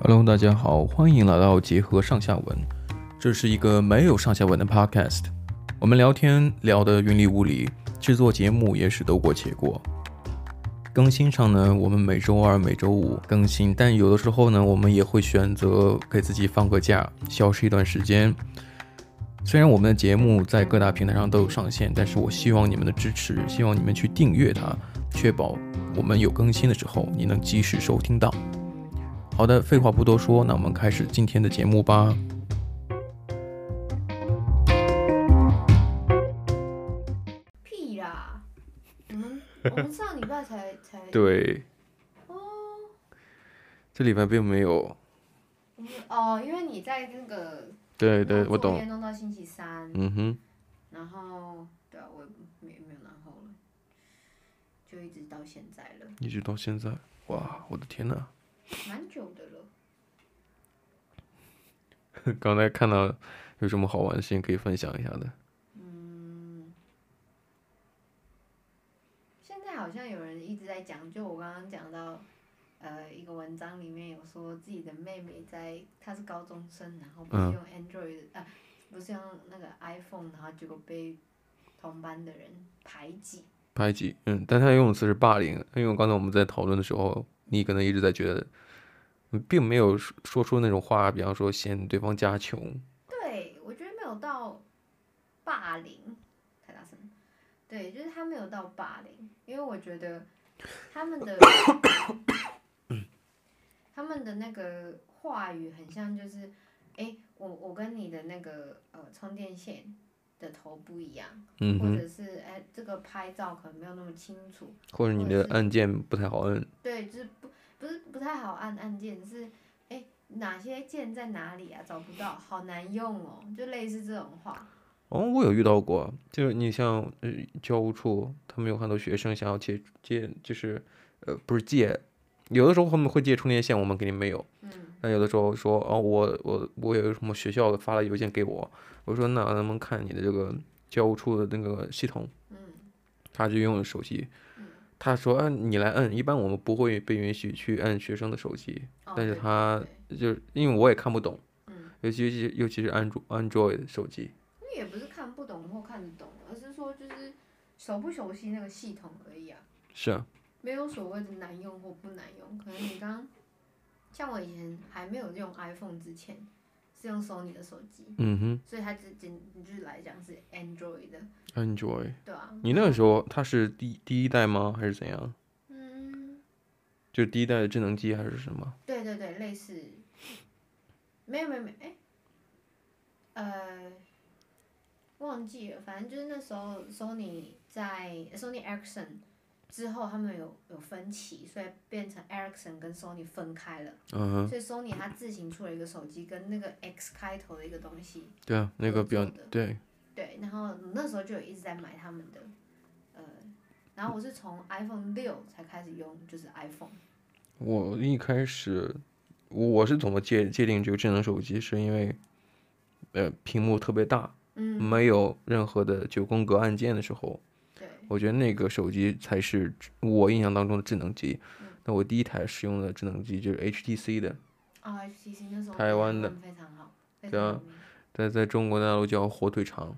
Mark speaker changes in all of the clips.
Speaker 1: Hello，大家好，欢迎来到结合上下文，这是一个没有上下文的 Podcast。我们聊天聊得云里雾里，制作节目也是得过且过。更新上呢，我们每周二、每周五更新，但有的时候呢，我们也会选择给自己放个假，消失一段时间。虽然我们的节目在各大平台上都有上线，但是我希望你们的支持，希望你们去订阅它，确保我们有更新的时候你能及时收听到。好的，废话不多说，那我们开始今天的节目吧。
Speaker 2: 屁啦！我们 我们上礼拜才才
Speaker 1: 对，
Speaker 2: 哦，
Speaker 1: 这里边并没有。
Speaker 2: 我们哦，因为你在那个
Speaker 1: 对对，
Speaker 2: 把
Speaker 1: 我
Speaker 2: 作
Speaker 1: 懂
Speaker 2: 业。弄到星期三，
Speaker 1: 嗯哼，
Speaker 2: 然后对啊，我也没没有然后了，就一直到现在了，
Speaker 1: 一直到现在，哇，我的天呐！
Speaker 2: 蛮久的了。
Speaker 1: 刚才看到有什么好玩的事情可以分享一下的？
Speaker 2: 现在好像有人一直在讲，就我刚刚讲到，呃，一个文章里面有说自己的妹妹在，她是高中生，然后不是
Speaker 1: 嗯
Speaker 2: 用 Android，、啊，不是用那个 iPhone，然后结果被同班的人排挤。
Speaker 1: 排挤，嗯，但他用的词是霸凌，因为刚才我们在讨论的时候，你可能一直在觉得，嗯并没有说说出那种话，比方说嫌对方家穷，
Speaker 2: 对，我觉得没有到霸凌，太大声了。对，就是他没有到霸凌，因为我觉得他们的他们的那个话语很像，就是哎、诶我我跟你的那个呃充电线的头不一样，
Speaker 1: 嗯
Speaker 2: 或
Speaker 1: 哼，
Speaker 2: 者是哎、诶这个拍照可能没有那么清楚，
Speaker 1: 或者你的按键不太好嗯摁，
Speaker 2: 对，就是不不是不太好按按键，是哎、诶哪些键在哪里啊？找不到，好难用哦，就类似这种话。
Speaker 1: 哦，我有遇到过，就是你像呃教务处，他们有很多学生想要借借，就是呃不是借，有的时候他们会借充电线，我们肯定没有。
Speaker 2: 嗯
Speaker 1: 那有的时候说哦，我我我有什么学校发了邮件给我，我说那能不能看你的这个教务处的那个系统？
Speaker 2: 嗯
Speaker 1: 他就用手机
Speaker 2: 嗯，
Speaker 1: 他说啊你来摁，一般我们不会被允许去摁学生的手机，
Speaker 2: 哦
Speaker 1: 但是
Speaker 2: 对
Speaker 1: 他
Speaker 2: 对
Speaker 1: 就是因为我也看不懂，
Speaker 2: 嗯，
Speaker 1: 尤其是尤其是安卓 Android 手机。
Speaker 2: 因为也不是看不懂或看得懂，而是说就是熟不熟悉那个系统而已啊，
Speaker 1: 是啊，
Speaker 2: 没有所谓的难用或不难用。可能你刚像我以前还没有用 iPhone 之前，是用 Sony 的手机，
Speaker 1: 嗯哼
Speaker 2: 所以它只简就是来讲是 Android 的，
Speaker 1: ，Android。
Speaker 2: 对啊，
Speaker 1: 你那个时候它是第第一代吗？还是怎样？
Speaker 2: 嗯，
Speaker 1: 就是第一代的智能机还是什么？
Speaker 2: 对对对，类似，没有没有没有，哎、呃，忘记了，反正就是那时候 Sony 在 Sony Ericsson 之后，他们有有分歧，所以变成 Ericsson 跟 Sony 分开了，
Speaker 1: 嗯哼，
Speaker 2: 所以 Sony 它自行出了一个手机，跟那个 X 开头的一个东西，
Speaker 1: 对啊，那个比较
Speaker 2: 合作的
Speaker 1: 对，
Speaker 2: 对，然后那时候就有一直在买他们的，呃，然后我是从 iPhone 六才开始用，就是 iPhone。
Speaker 1: 我一开始我是怎么界界定这个智能手机，是因为呃屏幕特别大，
Speaker 2: 嗯，
Speaker 1: 没有任何的九宫格按键的时候，
Speaker 2: 对，
Speaker 1: 我觉得那个手机才是智我印象当中的智能机
Speaker 2: 嗯。
Speaker 1: 那我第一台使用的智能机就是 HTC 的，
Speaker 2: 啊，HTC 那时候
Speaker 1: 台湾的
Speaker 2: 评论非常好，非
Speaker 1: 对啊
Speaker 2: 常有名
Speaker 1: 在在中国大陆叫火腿肠。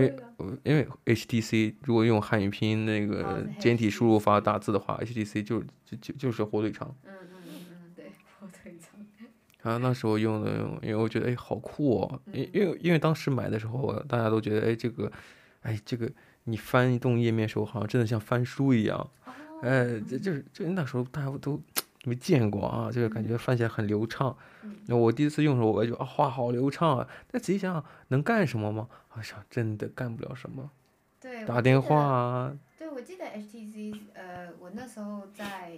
Speaker 1: 因为呃因为 HTC 如果用汉语拼音那
Speaker 2: 哦
Speaker 1: 个
Speaker 2: 是
Speaker 1: 简体输入法
Speaker 2: HTC
Speaker 1: 打字的话，HTC 就就就就是火腿肠
Speaker 2: 嗯嗯嗯嗯，对，火腿肠，
Speaker 1: 啊。那时候用的，因为我觉得哎好酷哦，因
Speaker 2: 嗯
Speaker 1: 因为因为当时买的时候大家都觉得哎这个，哎这个你翻一动页面的时候好像真的像翻书一样，
Speaker 2: 哦，
Speaker 1: 哎这就是就那时候大家都没见过啊，就是感觉翻起来很流畅
Speaker 2: 嗯。
Speaker 1: 那我第一次用的时候，我就啊哇好流畅啊，但仔细想想能干什么吗？好像真的干不了什么，
Speaker 2: 对，
Speaker 1: 打
Speaker 2: 我
Speaker 1: 电
Speaker 2: 记得
Speaker 1: 话。啊，
Speaker 2: 对，我记得 HTC，呃，我那时候在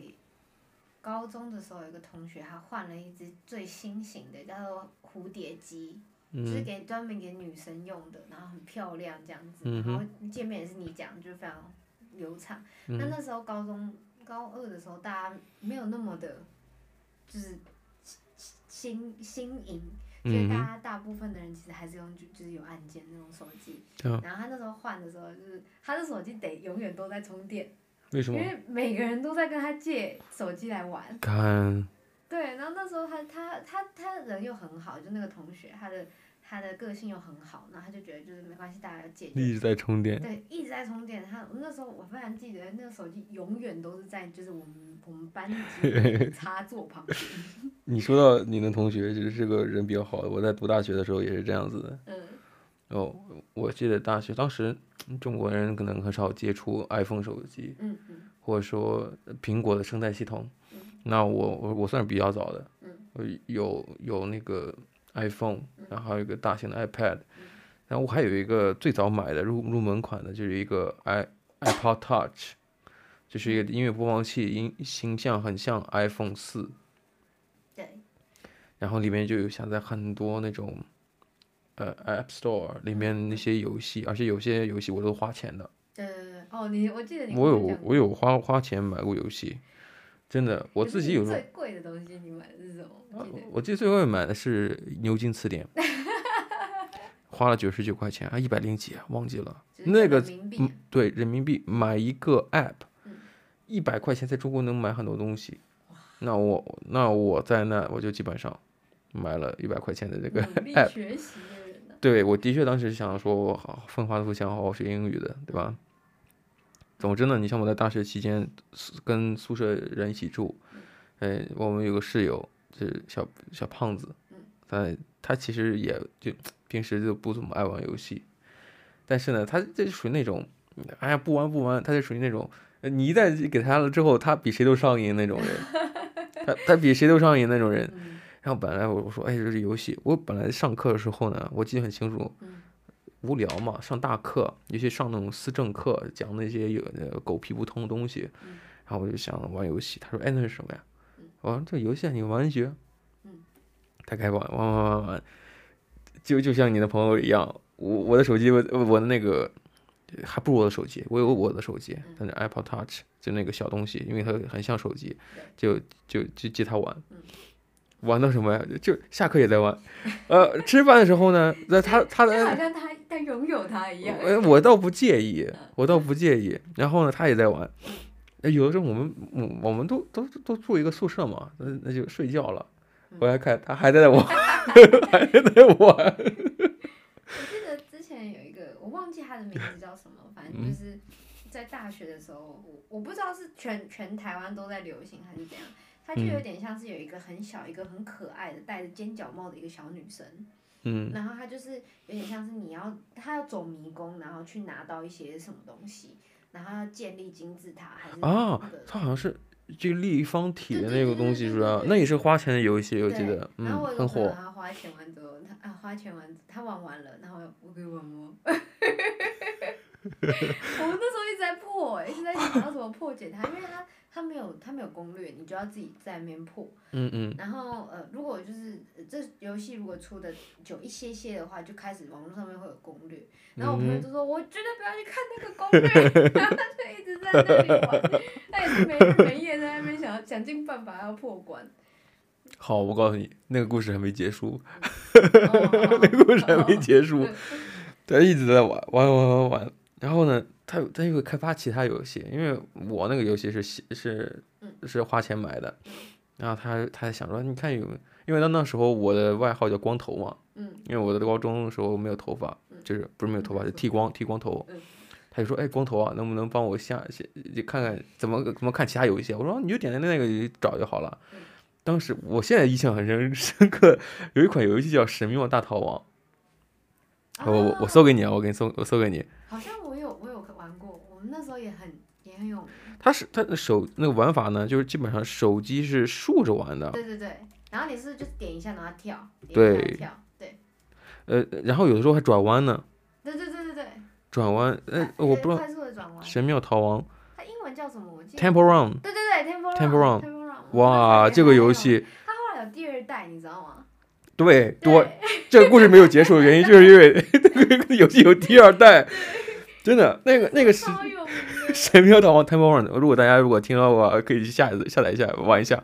Speaker 2: 高中的时候，有一个同学他换了一只最新型的，叫做蝴蝶机，就
Speaker 1: 嗯。
Speaker 2: 是给专门给女生用的，然后很漂亮这样子，
Speaker 1: 嗯
Speaker 2: 然
Speaker 1: 哼
Speaker 2: 后界面也是你讲，就非常流畅。
Speaker 1: 嗯
Speaker 2: 那那时候高中高二的时候，大家没有那么的，就是新新颖，所以
Speaker 1: 嗯
Speaker 2: 大
Speaker 1: 哼，
Speaker 2: 家大部分的人其实还是用就就是有按键那种手机。
Speaker 1: 对啊
Speaker 2: 然后他那时候换的时候，就是他的手机得永远都在充电，
Speaker 1: 为
Speaker 2: 因
Speaker 1: 什么？
Speaker 2: 为每个人都在跟他借手机来玩。
Speaker 1: 看，
Speaker 2: 对对，然后那时候他他他他人又很好，就那个同学，他的他的个性又很好，然后他就觉得就是没关系，大家要解决。
Speaker 1: 一直在充电。
Speaker 2: 对，一直在充电。他那时候我非常记得，那个手机永远都是在就是我们我们班级的插座旁边。
Speaker 1: 你说到你的同学，就是这个人比较好，我在读大学的时候也是这样子的。
Speaker 2: 嗯
Speaker 1: 然后我记得大学当时嗯中国人可能很少接触 iPhone 手机，
Speaker 2: 嗯嗯
Speaker 1: 或者说苹果的生态系统
Speaker 2: 嗯。
Speaker 1: 那我我我算是比较早的
Speaker 2: 嗯，
Speaker 1: 我有有那个 iPhone，
Speaker 2: 嗯
Speaker 1: 然后还有一个大型的 iPad，然后我还有一个最早买的入入门款的，就是一个 i iPod Touch，就是一个音乐播放器，音形象很像 iPhone 四，
Speaker 2: 对，
Speaker 1: 然后里面就有下载很多那种，呃，App Store 里面那些游戏，而且有些游戏我都花钱的，
Speaker 2: 对对对，哦，你我记得你跟
Speaker 1: 我
Speaker 2: 讲
Speaker 1: 有
Speaker 2: 过
Speaker 1: 我有花花钱买过游戏，真的，我
Speaker 2: 可
Speaker 1: 自
Speaker 2: 是
Speaker 1: 己
Speaker 2: 你
Speaker 1: 有时候哦
Speaker 2: 最贵的东西，你买的是什么？我记得
Speaker 1: 我记得最后买的是牛津词 典，花了九十九块钱，还一百零几啊，忘记了。
Speaker 2: 就是
Speaker 1: 那个
Speaker 2: 人民币
Speaker 1: 嗯，对，人民币买一个 App，
Speaker 2: 嗯
Speaker 1: 一百块钱在中国能买很多东西。那我那我在那我就基本上买了一百块钱的这个
Speaker 2: 努力
Speaker 1: App。
Speaker 2: 学习的人啊呢、
Speaker 1: 对我的确当时想说，我好奋发图强，好好学英语的，对吧？总之呢，你像我在大学期间宿跟宿舍人一起住，呃，我们有个室友就是小小胖子
Speaker 2: 嗯，
Speaker 1: 他他其实也就平时就不怎么爱玩游戏，但是呢，他这就属于那种，哎呀不玩不玩，他就属于那种，呃你一旦给他了之后，他比谁都上瘾那种人， 他他比谁都上瘾那种人。
Speaker 2: 嗯
Speaker 1: 然后本来我我说，哎，这是游戏。我本来上课的时候呢，我记得很清楚，
Speaker 2: 嗯
Speaker 1: 无聊嘛，上大课，尤其上那种思政课，讲那些有呃狗屁不通的东西。
Speaker 2: 嗯
Speaker 1: 然后我就想玩游戏，他说，哎，那是什么呀
Speaker 2: 嗯？
Speaker 1: 我说这游戏啊你玩一局
Speaker 2: 嗯。
Speaker 1: 他开始玩玩玩玩玩，就就像你的朋友一样，我我的手机我我的那个还不如我的手机，我有我的手机，
Speaker 2: 嗯
Speaker 1: 但是 Apple Touch 就那个小东西，因为它很像手机，就就就借他玩。
Speaker 2: 嗯
Speaker 1: 玩到什么呀？就下课也在玩，呃，吃饭的时候呢，在他 他
Speaker 2: 就好
Speaker 1: 的，
Speaker 2: 像他他拥有它一样。
Speaker 1: 呃，我倒不介意，我倒不介意。然后呢，他也在玩。呃有的时候我们我我们都都都住一个宿舍嘛，那那就睡觉了。
Speaker 2: 嗯
Speaker 1: 回来看他还在那玩， 还在玩。
Speaker 2: 我记得之前有一个，我忘记他的名字叫什 么，反
Speaker 1: 嗯
Speaker 2: 正就是在大学的时候，我我不知道是全全台湾都在流行还是怎样，他就
Speaker 1: 嗯
Speaker 2: 有点像是有一个很小、一个很可爱的戴着尖角帽的一个小女生，
Speaker 1: 嗯
Speaker 2: 然后她就是有点像是你要她要走迷宫，然后去拿到一些什么东西，然后要建立金字塔还是
Speaker 1: 啊
Speaker 2: 那个，
Speaker 1: 他好像是这个立方体的
Speaker 2: 对
Speaker 1: 那个
Speaker 2: 对
Speaker 1: 东
Speaker 2: 对
Speaker 1: 西
Speaker 2: 对
Speaker 1: 是
Speaker 2: 对
Speaker 1: 吧？
Speaker 2: 对
Speaker 1: 那也是花钱的游戏，我记
Speaker 2: 对
Speaker 1: 得，
Speaker 2: 然
Speaker 1: 嗯
Speaker 2: 后我，有个
Speaker 1: 很
Speaker 2: 朋友，
Speaker 1: 火。
Speaker 2: 他花钱玩之后，他啊花钱玩，他玩完了，然后我给我玩吗？ 我们那时候一直在破、欸，一直在想要怎么破解它，因为它它没有它没有攻略，你就要自己在那边破。
Speaker 1: 嗯嗯
Speaker 2: 然后呃，如果就是呃这游戏如果出的久一些些的话，就开始网络上面会有攻略。然后我朋友就
Speaker 1: 嗯
Speaker 2: 说：“我绝对不要去看那个攻略。” 然后他就一直在那里玩，他也是没日没夜在那边想要想尽办法要破 关。
Speaker 1: 好，我告诉你，那个故事还没结束，
Speaker 2: 哦好好
Speaker 1: 那个故事还没
Speaker 2: 好
Speaker 1: 结束，
Speaker 2: 嗯
Speaker 1: 他一直在玩玩玩玩玩。然后呢，他有他又会开发其他游戏，因为我那个游戏是西是
Speaker 2: 嗯
Speaker 1: 是花钱买的，然后他他还想说，你看有，因为他那时候我的外号叫光头嘛，
Speaker 2: 嗯
Speaker 1: 因为我的高中的时候没有头发，就是不是没有头发，就剃光剃光头
Speaker 2: 嗯。
Speaker 1: 他就说：“哎，光头啊，能不能帮我下下就看看怎么怎么看其他游戏啊？”我说：“你就点开那个找就好了。
Speaker 2: 嗯”
Speaker 1: 当时我现在印象很深深刻，有一款游戏叫《神庙大逃亡》，我我我
Speaker 2: 啊
Speaker 1: 搜给你啊，我给你搜，我搜给你。
Speaker 2: 好像我有我有玩过，我们那时候也很也很有名，
Speaker 1: 它是它的手那个玩法呢，就是基本上手机是竖着玩的，
Speaker 2: 对对对。然后你是就是点一下，然后跳，点一
Speaker 1: 对
Speaker 2: 下跳，对
Speaker 1: 呃，然后有的时候还转弯呢，
Speaker 2: 对对对对对。
Speaker 1: 转弯，呃
Speaker 2: 快，
Speaker 1: 我不知道《
Speaker 2: 快速的转弯，
Speaker 1: 神庙逃亡
Speaker 2: 它英文叫什么？我记》得。
Speaker 1: Temple Run，
Speaker 2: 对对对，Temple
Speaker 1: Temple Run
Speaker 2: Temple Run。
Speaker 1: 哇，这个游，戏
Speaker 2: 哦它后来有第二代，你知道吗？
Speaker 1: 对
Speaker 2: 对
Speaker 1: 多， 这个故事没有结束的原因就是因为 那个游戏有第二代，真的，那个那个是《
Speaker 2: 超有名的。
Speaker 1: 神庙逃亡》Temple Run，如果大家如果听到的话，可以下下载一下玩一下，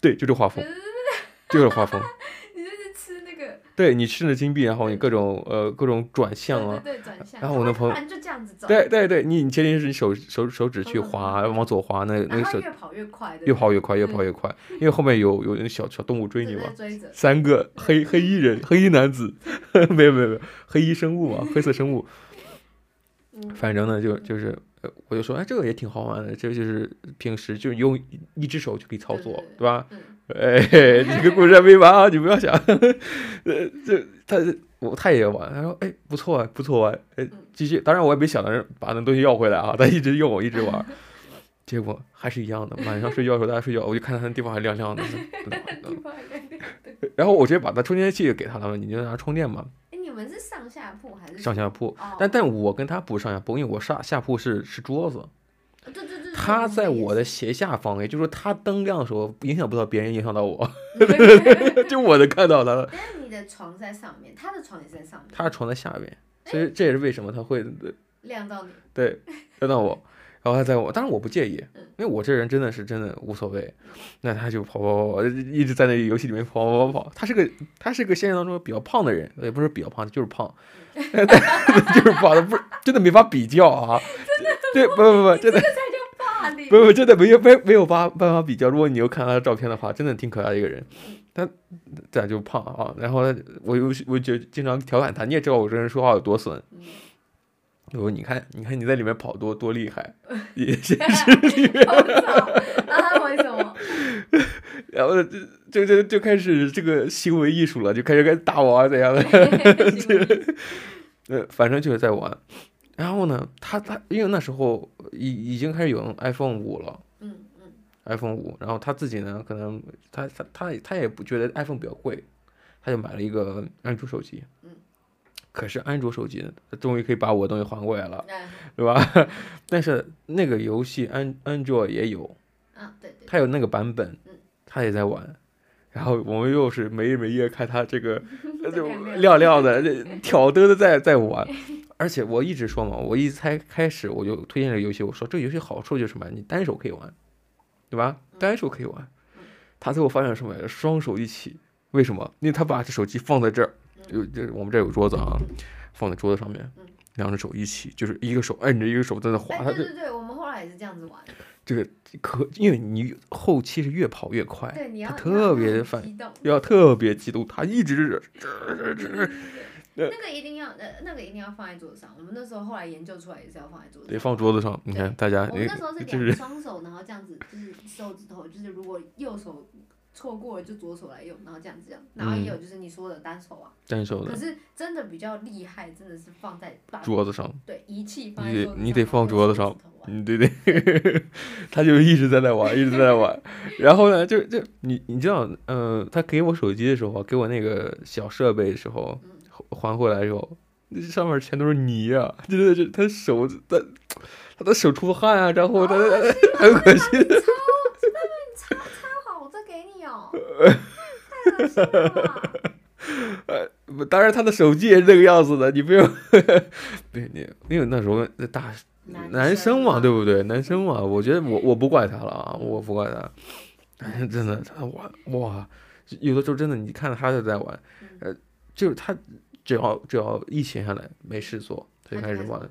Speaker 1: 对，就这画风，
Speaker 2: 对对对
Speaker 1: 就这画风，
Speaker 2: 你就是吃那个
Speaker 1: 对你吃着金币，然后你各种呃各种转向啊，
Speaker 2: 对对对，转向，
Speaker 1: 然后我那
Speaker 2: 它
Speaker 1: 朋友
Speaker 2: 突 然就这样子走，
Speaker 1: 对对对，你你前提是你手手手指去
Speaker 2: 嗯嗯
Speaker 1: 滑，往左滑，那那
Speaker 2: 然
Speaker 1: 个
Speaker 2: 后
Speaker 1: 手
Speaker 2: 越跑越快，对不对
Speaker 1: 越跑越快，越跑越快，因为后面有有那个小小动物追你
Speaker 2: 对
Speaker 1: 嘛
Speaker 2: 对，追着，
Speaker 1: 三个黑黑衣人，黑衣男子， 没有没有没有，黑衣生物嘛，黑色生物，
Speaker 2: 嗯，
Speaker 1: 反正呢就就是，呃我就说哎，这个也挺好玩的，这就是平时就是用一只手就可以操作，对吧？
Speaker 2: 嗯
Speaker 1: 哎，这个故事还没完啊，你不要 想，呃，这他我他也玩，他说哎不错啊不错啊，
Speaker 2: 嗯
Speaker 1: 哎继续，当然我也没想着把那东西要回来啊，他一直用我一直玩， 结果还是一样的，晚上睡觉的时候大家睡觉，我就看他那地方还亮亮的 嗯
Speaker 2: 地方也对
Speaker 1: 然后我直接把他充电器给他了嘛，你就拿充电嘛，
Speaker 2: 哎，你们是上下铺还是
Speaker 1: 上下铺。
Speaker 2: 哦，
Speaker 1: 但但我跟他不是上下铺，因为我上下铺是是桌子，
Speaker 2: 对对对对，
Speaker 1: 他
Speaker 2: 们
Speaker 1: 在
Speaker 2: 哦也
Speaker 1: 我的
Speaker 2: 是
Speaker 1: 斜下方，也就是说他灯亮的时候影响不到别人，影响到我，
Speaker 2: 但
Speaker 1: 就我能看到他了。
Speaker 2: 是你的床在上面，他的床也在上面，
Speaker 1: 他的床在下边，所以这也是为什么他会
Speaker 2: 亮到你，
Speaker 1: 对看到我，然后他在我，当然我不介意，因为我这人真的是真的无所谓。那他就跑跑跑跑，一直在那游戏里面跑跑跑跑。他是个他是个现实当中比较胖的人，也不是比较胖，就是胖， 就是胖的，不是真的没法比较啊。对，不不不，真的
Speaker 2: 霸凌，
Speaker 1: 不不，真的没有没有没有办法办法比较。如果你又看他的照片的话，真的挺可爱的一个人，但但就胖啊。然后呢，我又我就经常调侃他，你也知道我这人说话有多损。
Speaker 2: 嗯
Speaker 1: 我说你看，你看你在里面跑多多厉害，也
Speaker 2: 好吵啊，为什 么？
Speaker 1: 然后就就就就开始这个行为艺术了，就开始跟打我啊怎样的， 呃，反正就是在玩。然后呢，他他因为那时候已已经开始有用 iPhone 五了。
Speaker 2: 嗯嗯
Speaker 1: iPhone 五，然后他自己呢，可能他他他他也不觉得 iPhone 比较贵，他就买了一个安卓手机。
Speaker 2: 嗯。
Speaker 1: 可是安卓手机终于可以把我的东西还过来了，
Speaker 2: 嗯
Speaker 1: 对吧？ 但是那个游戏安安卓也有，
Speaker 2: 啊，对对，
Speaker 1: 他有那个版本
Speaker 2: 嗯，
Speaker 1: 他也在玩。然后我们又是没日没夜看他这 个
Speaker 2: 在
Speaker 1: 就
Speaker 2: 亮
Speaker 1: 亮亮
Speaker 2: 亮
Speaker 1: 的、这挑逗的在在玩，而且我一直说嘛，我一才开始我就推荐这个游戏，我说这个游戏好处就是什么，你单手可以玩，对吧？
Speaker 2: 嗯
Speaker 1: 单手可以玩。他最后发展什么来着？双手一起，为什么？因为他把这手机放在这儿，有就是我们这儿有桌子啊，放在桌子上面
Speaker 2: 嗯，
Speaker 1: 两只手一起，就是一个手摁着一个手在那滑，
Speaker 2: 哎，
Speaker 1: 他
Speaker 2: 对
Speaker 1: 就
Speaker 2: 对对，我们后来也是这样子玩，
Speaker 1: 可因为你后期是越跑越快，
Speaker 2: 对，你
Speaker 1: 哎他
Speaker 2: 要
Speaker 1: 特别
Speaker 2: 的
Speaker 1: 反
Speaker 2: 激动，
Speaker 1: 要特别激动，他一直
Speaker 2: 那个一定要，呃，那个一定要放在桌子上。我们那时候后来研究出来也是要放在桌子
Speaker 1: 得
Speaker 2: 上。
Speaker 1: 放桌子上。你看大家，
Speaker 2: 我们那时候是
Speaker 1: 哎就是
Speaker 2: 两双手，然后这样子，就是手指头，就是如果右手错过了就左手来用，然后这样子这样，啊然后也有就是你说的单手啊。
Speaker 1: 单手
Speaker 2: 可
Speaker 1: 嗯的
Speaker 2: 是真的比较厉害，真的是放在把
Speaker 1: 桌子上，
Speaker 2: 对仪器放在
Speaker 1: 你
Speaker 2: 桌
Speaker 1: 得
Speaker 2: 子上
Speaker 1: 你得放桌子上，，
Speaker 2: 然后用手指头玩
Speaker 1: 你对对， 他就一直在那玩，一直在那玩。然后呢，就就你你知道，呃，他给我手机的时候，啊给我那个小设备的时候，
Speaker 2: 嗯
Speaker 1: 还回来的时候，那上面全都是泥啊，真的是他手他他的手出汗啊，然后他
Speaker 2: 哦
Speaker 1: 很恶心。
Speaker 2: 擦擦好，我这给 你哦。太恶心了吧，
Speaker 1: 不当然，他的手机也是这个样子的，你不用， 对你，因为那时候那大 男生嘛，对不对？男生嘛，我觉得我我不怪他了啊，我不怪他，哎真的他 玩哇，有的时候真的你看他就在玩，呃，就是他只要只要一闲下来没事做，他就开始玩，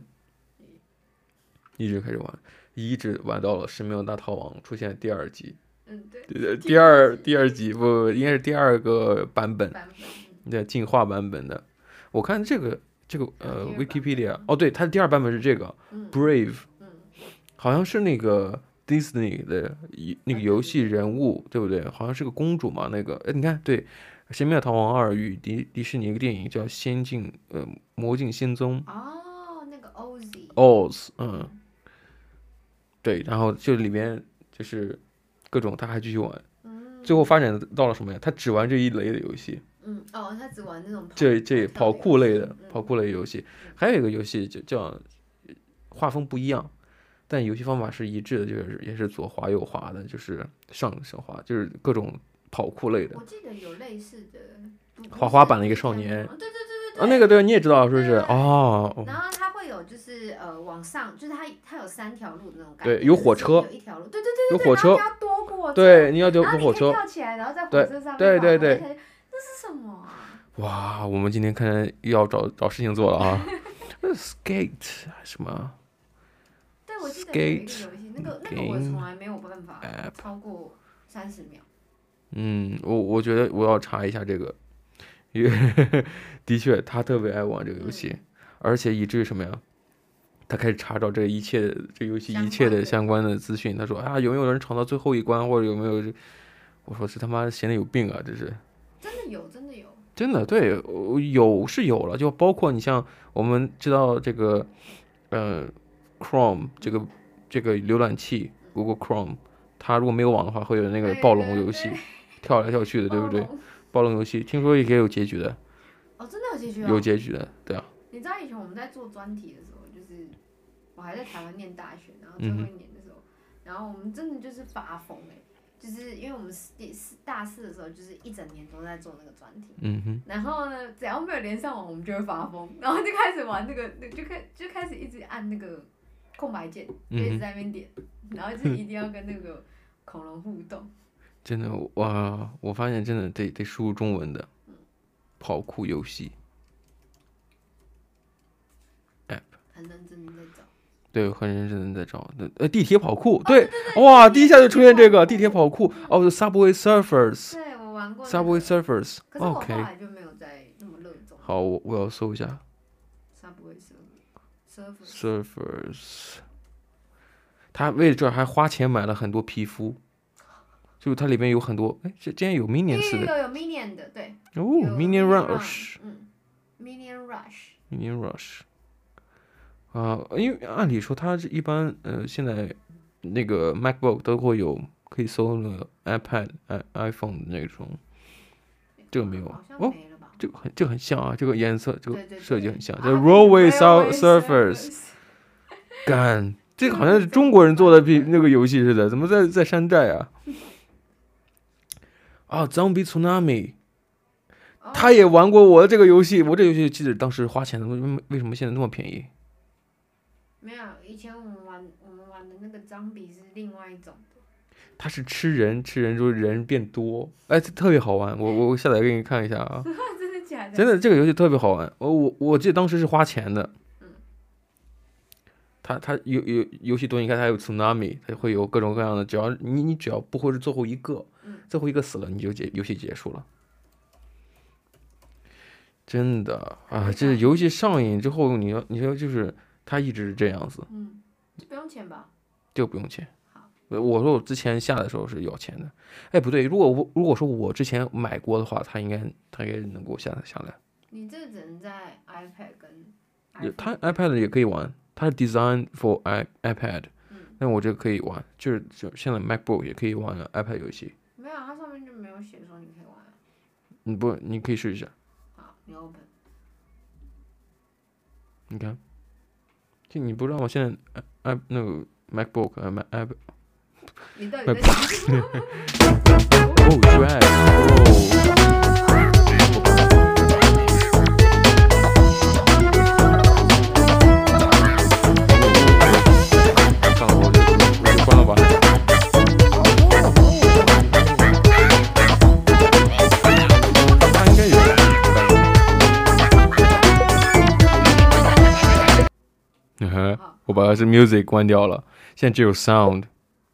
Speaker 1: 一直开始玩，一直玩到了《神庙大逃亡》出现第二集，
Speaker 2: 嗯，对，
Speaker 1: 呃第二第二集不不应该是第二个版本。
Speaker 2: 版本，嗯
Speaker 1: 对，进化版本的。我看这个这个
Speaker 2: 还有
Speaker 1: 呃
Speaker 2: 第二版本
Speaker 1: ，Wikipedia 哦，对，它的第二版本是这个
Speaker 2: 嗯
Speaker 1: Brave，
Speaker 2: 嗯
Speaker 1: 好像是那个 Disney 的一那个
Speaker 2: 啊
Speaker 1: 游
Speaker 2: 对
Speaker 1: 戏人物，对不对？好像是个公主嘛，那个哎，你看对。《神庙逃亡二》与迪迪士尼一个电影叫《仙境》，呃，《魔镜仙踪
Speaker 2: 哦，那个 OZ，》
Speaker 1: ，Oz，嗯，对，然后就里面就是各种，他还继续玩，
Speaker 2: 嗯，
Speaker 1: 最后发展到了什么呀？他只玩这一类的游戏，
Speaker 2: 嗯，哦，他只玩那种跑
Speaker 1: 这这跑酷类的
Speaker 2: 嗯
Speaker 1: 跑酷类游戏，还有一个游戏就叫呃画风不一样，但游戏方法是一致的，就是也是左滑右滑的，就是上上滑，就是各种跑酷类的
Speaker 2: 我记得有类似的不不
Speaker 1: 滑滑
Speaker 2: 是
Speaker 1: 板的一个
Speaker 2: 不
Speaker 1: 少
Speaker 2: 像
Speaker 1: 年
Speaker 2: 那种哦对对对对
Speaker 1: 啊，那个对你也知道是不是？
Speaker 2: 对
Speaker 1: 哦，
Speaker 2: 然后它会有就是呃往上，就是它它有三条路的那种感觉，
Speaker 1: 对有
Speaker 2: 就是
Speaker 1: 火车
Speaker 2: 有一条路，对对对
Speaker 1: 有
Speaker 2: 对，
Speaker 1: 火车
Speaker 2: 然后你要多过
Speaker 1: 对，你要就
Speaker 2: 然后你
Speaker 1: 火
Speaker 2: 可以
Speaker 1: 车，
Speaker 2: 跳起来，然后在火
Speaker 1: 对
Speaker 2: 车上面
Speaker 1: 对
Speaker 2: 跑
Speaker 1: 对对，
Speaker 2: 然后才那是什么啊？
Speaker 1: 哇，我们今天看来又要找找事情做了啊那！Skate 什么
Speaker 2: 但我记得有一个游
Speaker 1: Skate 呃
Speaker 2: 戏，那个那个我从来没有办法超过三十秒。
Speaker 1: 嗯，我我觉得我要查一下这个，因为 的确他特别爱玩这个游
Speaker 2: 嗯
Speaker 1: 戏，而且以至于什么呀？他开始查找这一切这游戏一
Speaker 2: 相
Speaker 1: 切
Speaker 2: 关
Speaker 1: 的
Speaker 2: 的
Speaker 1: 相关的资讯。他说啊，有没有人闯到最后一关，或者有没有这？我说这他妈闲的有病啊！这是
Speaker 2: 真的有，真的有。
Speaker 1: 真的，对，我有是有了，就包括你像我们知道这个，呃，Chrome 这个这个浏览器，Google Chrome，它如果没有网的话，会有那个
Speaker 2: 哎
Speaker 1: 暴龙游戏，跳来跳去的，对不
Speaker 2: 暴
Speaker 1: 对？
Speaker 2: 龙
Speaker 1: 暴龙游戏，听说也可以有结局的，
Speaker 2: 哦，真的有结局啊！
Speaker 1: 有结局的，对啊，
Speaker 2: 你知道以前我们在做专题的时候，就是我还在台湾念大学，然后最后一年的时候，然后我们真的就是发疯哎、就是因为我们四第四大四的时候，就是一整年都在做那个专题，
Speaker 1: 嗯哼，
Speaker 2: 然后呢，只要没有连上网，我们就会发疯，然后就开始玩那个，那就开就开始一直按那个空白键，就一
Speaker 1: 嗯
Speaker 2: 直
Speaker 1: 哼，
Speaker 2: 在那边点，然后就一定要跟那个恐龙互动。
Speaker 1: 真的哇，我发现真的得得输入中文的，跑酷游戏，
Speaker 2: 很认真的在找，
Speaker 1: 对，很认真的在找，对呃，地铁跑
Speaker 2: 哦
Speaker 1: 酷，对，哇，第一下就出现这个地铁跑酷，哦，Subway Surfers，Subway
Speaker 2: 对我玩过、那个可是我后
Speaker 1: Surfers，OK，
Speaker 2: 来就没有再那么热衷。
Speaker 1: 哦好，我我要搜一下
Speaker 2: Subway Surfer，Surfer
Speaker 1: Surfers，他为了这儿还花钱买了很多皮肤，就是它里面有很多，哎，这竟然有 Minions 的。
Speaker 2: 有有 Minion 的，对，
Speaker 1: 哦
Speaker 2: 有
Speaker 1: ，Minion Rush，
Speaker 2: 嗯，Minion Rush，
Speaker 1: Minion Rush，啊、因为按理说它是一般呃，现在那个 MacBook 都会有可以搜那个 iPad、i iPhone 的那种，这个没有
Speaker 2: 好像
Speaker 1: 哦
Speaker 2: 没了吧？
Speaker 1: 这个很这个很像啊，这个颜色这个
Speaker 2: 对对对
Speaker 1: 设计很像。
Speaker 2: 啊
Speaker 1: 这 Railway
Speaker 2: Railway
Speaker 1: Sur- Surfers，
Speaker 2: Surfers
Speaker 1: 干，这个好像是中国人做的比那个游戏似的，怎么在在山寨啊？啊，Zombie Tsunami，
Speaker 2: 哦
Speaker 1: 他也玩过我的这个游戏，我这游戏记得当时花钱，为什么为什么现在那么便宜？
Speaker 2: 没有，以前我们玩我们玩的那个脏笔是另外一种 的，
Speaker 1: 它是吃人，吃人就是人变多，哎，这特别好玩，我我我下载给你看一下 啊，
Speaker 2: 真的假的？
Speaker 1: 真的这个游戏特别好玩，我我我记得当时是花钱的
Speaker 2: 嗯，
Speaker 1: 它它有有游戏多，你看它有 tsunami，它会有各种各样的，只要你你只要不会是最后一个
Speaker 2: 嗯，
Speaker 1: 最后一个死了你就结游戏结束了。真的啊，这游戏上瘾之后，你要你要就是它一直是这样子，
Speaker 2: 嗯，就不用钱吧？
Speaker 1: 这个不用钱
Speaker 2: 好。
Speaker 1: 呃我说我之前下的时候是要钱的，哎，不对，如果我如果说我之前买过的话，它应该它应该能给我下载下来。
Speaker 2: 你这只能在 iPad 跟
Speaker 1: 也
Speaker 2: iPhone
Speaker 1: 它 iPad 也可以玩，它是 design for i iPad，
Speaker 2: 嗯，
Speaker 1: 那我这个可以玩，就是就现在 MacBook 也可以玩 iPad 游戏。
Speaker 2: 没有，它上面就没有写说你可以玩啊。
Speaker 1: 你不，你可以试一下，
Speaker 2: 好，你 open，
Speaker 1: 你看，就你不知道吗？现在 i i 那个 MacBook 呃 Mac i
Speaker 2: 你到底
Speaker 1: 那
Speaker 2: 在
Speaker 1: 不
Speaker 2: 想什么？
Speaker 1: 哦 Drive 哦。算了，我就我就关了吧。它应该有嗯 哼， 我把这 music 关掉了，现在只有 sound，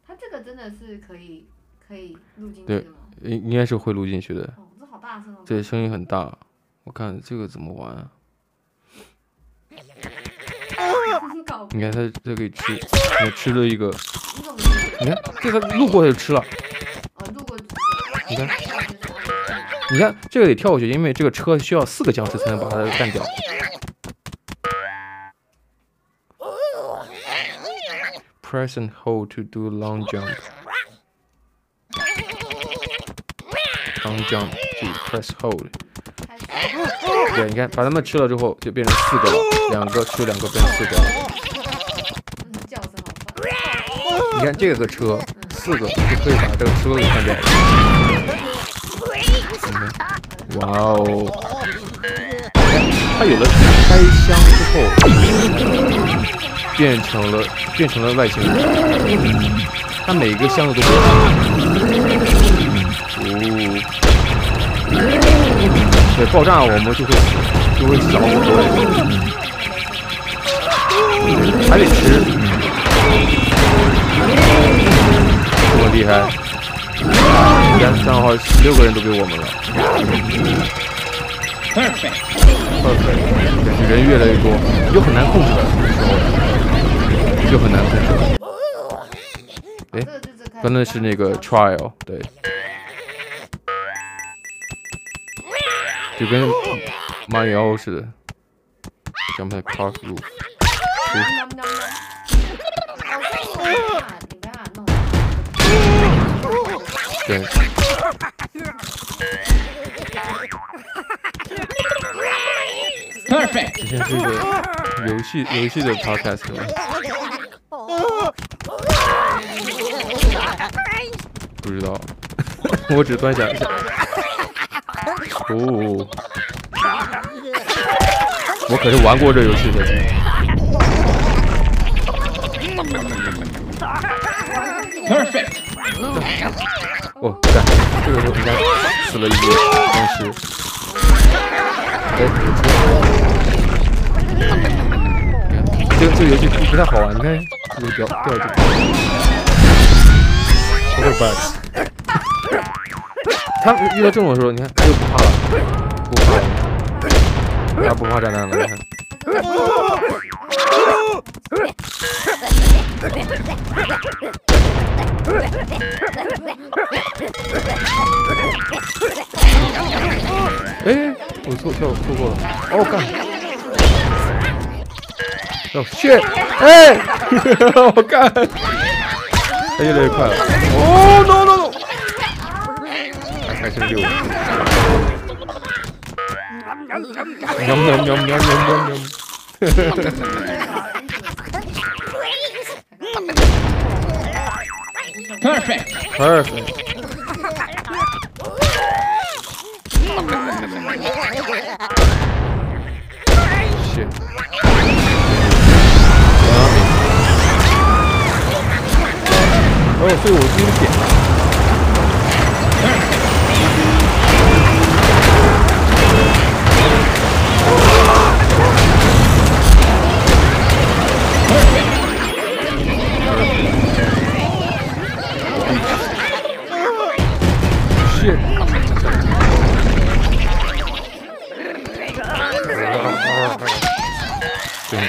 Speaker 2: 它这个真的是可以可以录进去
Speaker 1: 对
Speaker 2: 的吗？
Speaker 1: 应应该是会录进去的。
Speaker 2: 哦，这好大声哦！
Speaker 1: 对，声音很大。我看这个怎么玩、啊？
Speaker 2: 搞
Speaker 1: 你看它这可以吃，我吃了一个，
Speaker 2: 你怎么觉得
Speaker 1: 你看这个路过它就吃了。
Speaker 2: 哦，路过
Speaker 1: 你看，
Speaker 2: 看，
Speaker 1: 你看这个得跳过去，因为这个车需要四个僵尸才能把它干掉。Press and hold to do long jump. Long jump 就 press hold。
Speaker 2: 开始
Speaker 1: 对，你看把它们吃了之后就变成四个了，两个吃两个变四个了。
Speaker 2: 嗯叫声好棒。
Speaker 1: 你看这个车，四个就可以把这个车给干掉了。嗯哇哦！它有了开箱之后，变成了变成了外星人。它每一个箱子都不一样。哦。对爆炸，我们就会就会死好多人，还得吃，这么厉害！你看三号十六个人都给我们了
Speaker 3: Perfect.
Speaker 1: ，perfect，但是人越来越多，又很难控制了，这时候就很难控制了。哎
Speaker 2: 这个就只看
Speaker 1: 刚才是那个 trial，对，就跟马里奥似的，刚才 cross roof，
Speaker 2: 哦所以你不要把你不要把它弄。
Speaker 1: 对，
Speaker 3: Perfect.
Speaker 1: 这像是一个游戏游戏的 podcast 吗？不知 道，我只端详一下。哦，我可是玩过这游戏的。
Speaker 3: Perfect.
Speaker 1: 哦，干，这个时候应该死了一个，但是，哎，这个这个游戏不不太好玩，你看这个掉掉这个，我怎么办？他遇到这种的时候，你看他又不怕了，不怕了，他不怕炸弹了，你看。哎，我错跳错过了，哦干！哦 shit！哎， 我干！他越来越快了。哦 no no no！还还剩六个。喵喵喵喵喵喵喵！
Speaker 3: Perfect.
Speaker 1: 二分。哦，是。哦，所以我自己点了。是。对。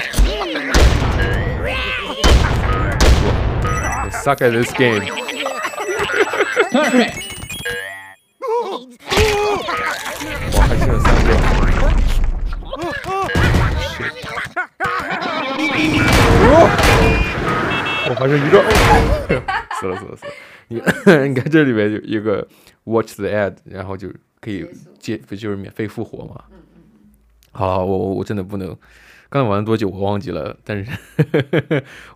Speaker 1: I suck at this game.
Speaker 3: Perfect.
Speaker 1: 我还剩了三 个。Oh, 我还剩一个， 死了死了死了！你你看这里面有一个 watch the ad，然后就可以
Speaker 2: 结束
Speaker 1: 接就是免费复活嘛。
Speaker 2: 嗯
Speaker 1: 好好，我我我真的不能，刚才玩了多久我忘记了，但是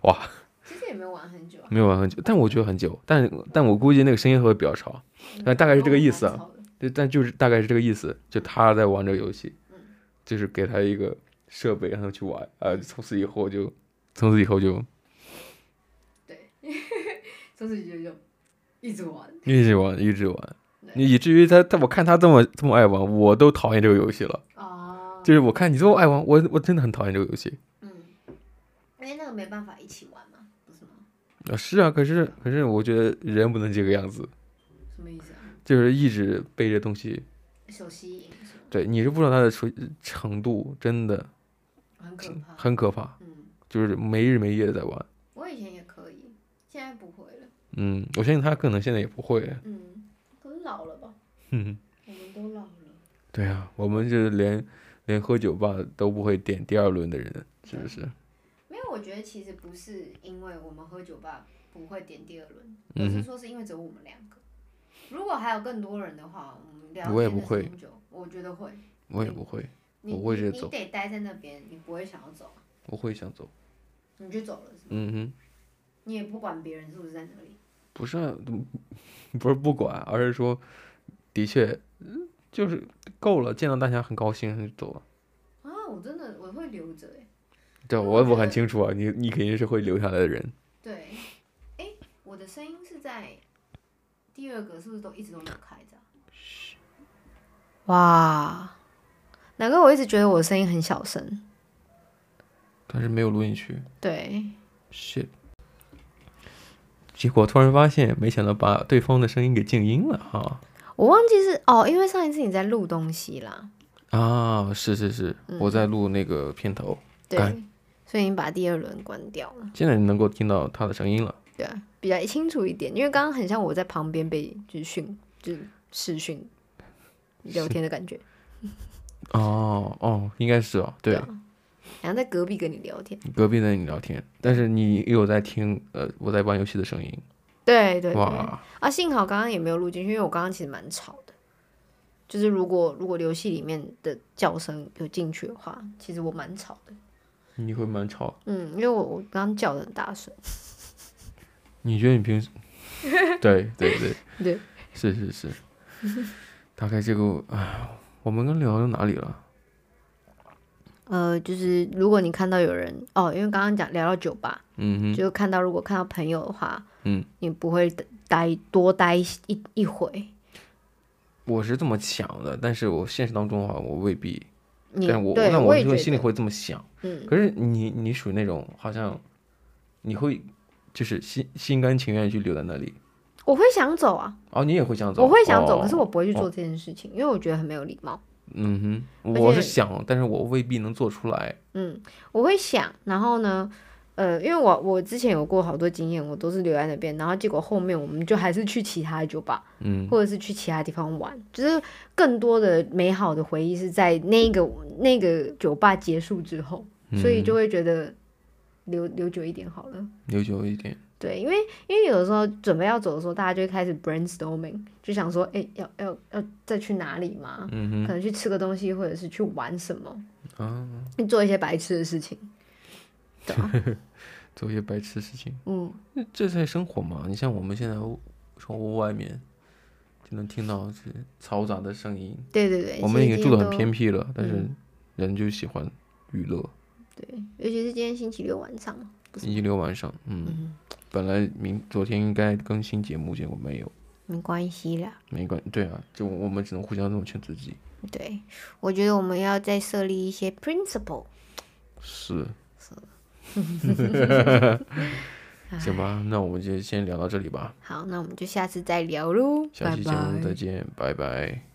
Speaker 1: 哇，
Speaker 2: 其实也没有玩很久啊，
Speaker 1: 没有玩很久，但我觉得很久，但但我估计那个声音会比较吵，但大概是这个意思啊
Speaker 2: 然后我们
Speaker 1: 对，但就是大概是这个意思，就他在玩这个游戏，就是给他一个设备让他去玩，呃，从此以后就，从此以后就
Speaker 2: 蛮吵的，从此就就一直玩。
Speaker 1: 一直玩，一直玩，以至于他他我看他这么这么爱玩，我都讨厌这个游戏了。
Speaker 2: 哦，
Speaker 1: 就是我看你这么爱玩，我我真的很讨厌这个游戏。
Speaker 2: 嗯，因为那个没办法一起玩嘛，不是吗？
Speaker 1: 啊，是啊，可是可是我觉得人不能这个样子，
Speaker 2: 什么意思啊？
Speaker 1: 就是一直被这东西，
Speaker 2: 手吸引是吗？
Speaker 1: 对，你是不知道它的程程度，真的
Speaker 2: 很可怕。
Speaker 1: 很可怕，
Speaker 2: 嗯，
Speaker 1: 就是没日没夜的在玩。
Speaker 2: 我以前也可以，现在不会了。
Speaker 1: 嗯，我相信他可能现在也不会。
Speaker 2: 嗯，可能老了吧？
Speaker 1: 哼哼。
Speaker 2: 我们都老了。
Speaker 1: 对呀、我们就是连连喝酒吧都不会点第二轮的人，是不是？
Speaker 2: 没有，我觉得其实不是因为我们喝酒吧不会点第二轮，
Speaker 1: 嗯
Speaker 2: 而
Speaker 1: 哼
Speaker 2: 是说是因为只有我们两个。如果还有更多人的话，我们聊
Speaker 1: 我也
Speaker 2: 天的
Speaker 1: 不会
Speaker 2: 时候就，我觉得会。
Speaker 1: 我也不会，
Speaker 2: 你
Speaker 1: 我会直
Speaker 2: 你
Speaker 1: 接
Speaker 2: 你
Speaker 1: 走
Speaker 2: 得待在那边，你不会想要走，
Speaker 1: 我会想走。
Speaker 2: 你就走了，是吗？
Speaker 1: 嗯哼，
Speaker 2: 你也不管别人是不是在那里。
Speaker 1: 不是啊，嗯 不是不管，而是说，的确，嗯就是够了，见到大家很高兴就走了。
Speaker 2: 啊，我真的我会留着哎。
Speaker 1: 对，
Speaker 2: 那
Speaker 1: 我
Speaker 2: 我觉
Speaker 1: 我很
Speaker 2: 得
Speaker 1: 清楚啊，你你肯定是会留下来的人。
Speaker 2: 对，哎，我的声音是在第二个，是不是都一直都没有开着啊？哇，难怪我一直觉得我声音很小声。
Speaker 1: 但是没有录进去
Speaker 2: 对，
Speaker 1: ，shit。结果突然发现，没想到把对方的声音给静音了哈。
Speaker 2: 我忘记是哦，因为上一次你在录东西啦，
Speaker 1: 啊，是是是，
Speaker 2: 嗯
Speaker 1: 我在录那个片头，
Speaker 2: 对
Speaker 1: 干，
Speaker 2: 所以你把第二轮关掉了，
Speaker 1: 现在能够听到他的声音了。
Speaker 2: 对啊，比较清楚一点，因为刚刚很像我在旁边被就是训就是视讯聊天的感觉，
Speaker 1: 哦哦，应该是哦，对，
Speaker 2: 啊然后在隔壁跟你聊天，
Speaker 1: 隔壁的你聊天，但是你有在听呃我在玩游戏的声音，
Speaker 2: 对对对，
Speaker 1: 哇，
Speaker 2: 啊，幸好刚刚也没有录进去，因为我刚刚其实蛮吵的。就是如果如果游戏里面的叫声有进去的话，其实我蛮吵的。
Speaker 1: 你会蛮吵。
Speaker 2: 嗯，因为我我刚刚叫的很大声。
Speaker 1: 你觉得你平 时，对对对
Speaker 2: 对，
Speaker 1: 是是是， 大概这个啊，我们刚聊到哪里了？
Speaker 2: 呃，就是如果你看到有人哦，因为刚刚讲聊到酒吧，
Speaker 1: 嗯哼，
Speaker 2: 就看到如果看到朋友的话，
Speaker 1: 嗯，
Speaker 2: 你不会待多待一一会，
Speaker 1: 我是这么想的，但是我现实当中的话，我未必，
Speaker 2: 你
Speaker 1: 但啊我
Speaker 2: 对
Speaker 1: 但
Speaker 2: 我
Speaker 1: 我
Speaker 2: 也
Speaker 1: 就
Speaker 2: 觉
Speaker 1: 会
Speaker 2: 得
Speaker 1: 心里会这么想。
Speaker 2: 嗯，
Speaker 1: 可是你你属于那种好像你会就是心心甘情愿地去留在那里，
Speaker 2: 我会想走啊，
Speaker 1: 哦，你也会想走，
Speaker 2: 我会想走，
Speaker 1: 哦
Speaker 2: 可是我不会去做这件事情，因为我觉得很没有礼貌。
Speaker 1: 嗯哼，
Speaker 2: 而
Speaker 1: 我是
Speaker 2: 且
Speaker 1: 想，但是我未必能做出来。
Speaker 2: 嗯，我会想，然后呢，呃，因为我我之前有过好多经验，我都是留在那边，然后结果后面我们就还是去其他的酒吧，
Speaker 1: 嗯，
Speaker 2: 或者是去其他地方玩，就是更多的美好的回忆是在那个那个酒吧结束之后，
Speaker 1: 嗯
Speaker 2: 所以就会觉得留留久一点好了。
Speaker 1: 留久一点。
Speaker 2: 对，因为因为有的时候准备要走的时候，大家就会开始 brainstorming，就想说，哎，要要要再去哪里嘛？
Speaker 1: 嗯
Speaker 2: 可能去吃个东西，或者是去玩什么，
Speaker 1: 哼，啊，
Speaker 2: 做一些白痴的事情。对啊
Speaker 1: 做一些白痴事情，
Speaker 2: 嗯，
Speaker 1: 这这才生活嘛。你像我们现在屋从屋外面就能听到这嘈杂的声音，
Speaker 2: 对对对，
Speaker 1: 我们
Speaker 2: 其
Speaker 1: 已
Speaker 2: 实
Speaker 1: 经住
Speaker 2: 今天
Speaker 1: 得很
Speaker 2: 都
Speaker 1: 偏僻了，但是
Speaker 2: 嗯
Speaker 1: 人就喜欢娱乐。
Speaker 2: 对，尤其是今天星期六晚上嘛，不是
Speaker 1: 星期六晚上，嗯，本来明昨天应该更新节目，结果没有，
Speaker 2: 没关系啦。
Speaker 1: 没关，对啊，就我们只能互相这么劝自己。
Speaker 2: 对，我觉得我们要再设立一些 principle。
Speaker 1: 是。 行吧，那我们就先聊到这里吧，
Speaker 2: 好，那我们就下次再聊喽，
Speaker 1: 下期节目
Speaker 2: 拜拜
Speaker 1: 再见，拜拜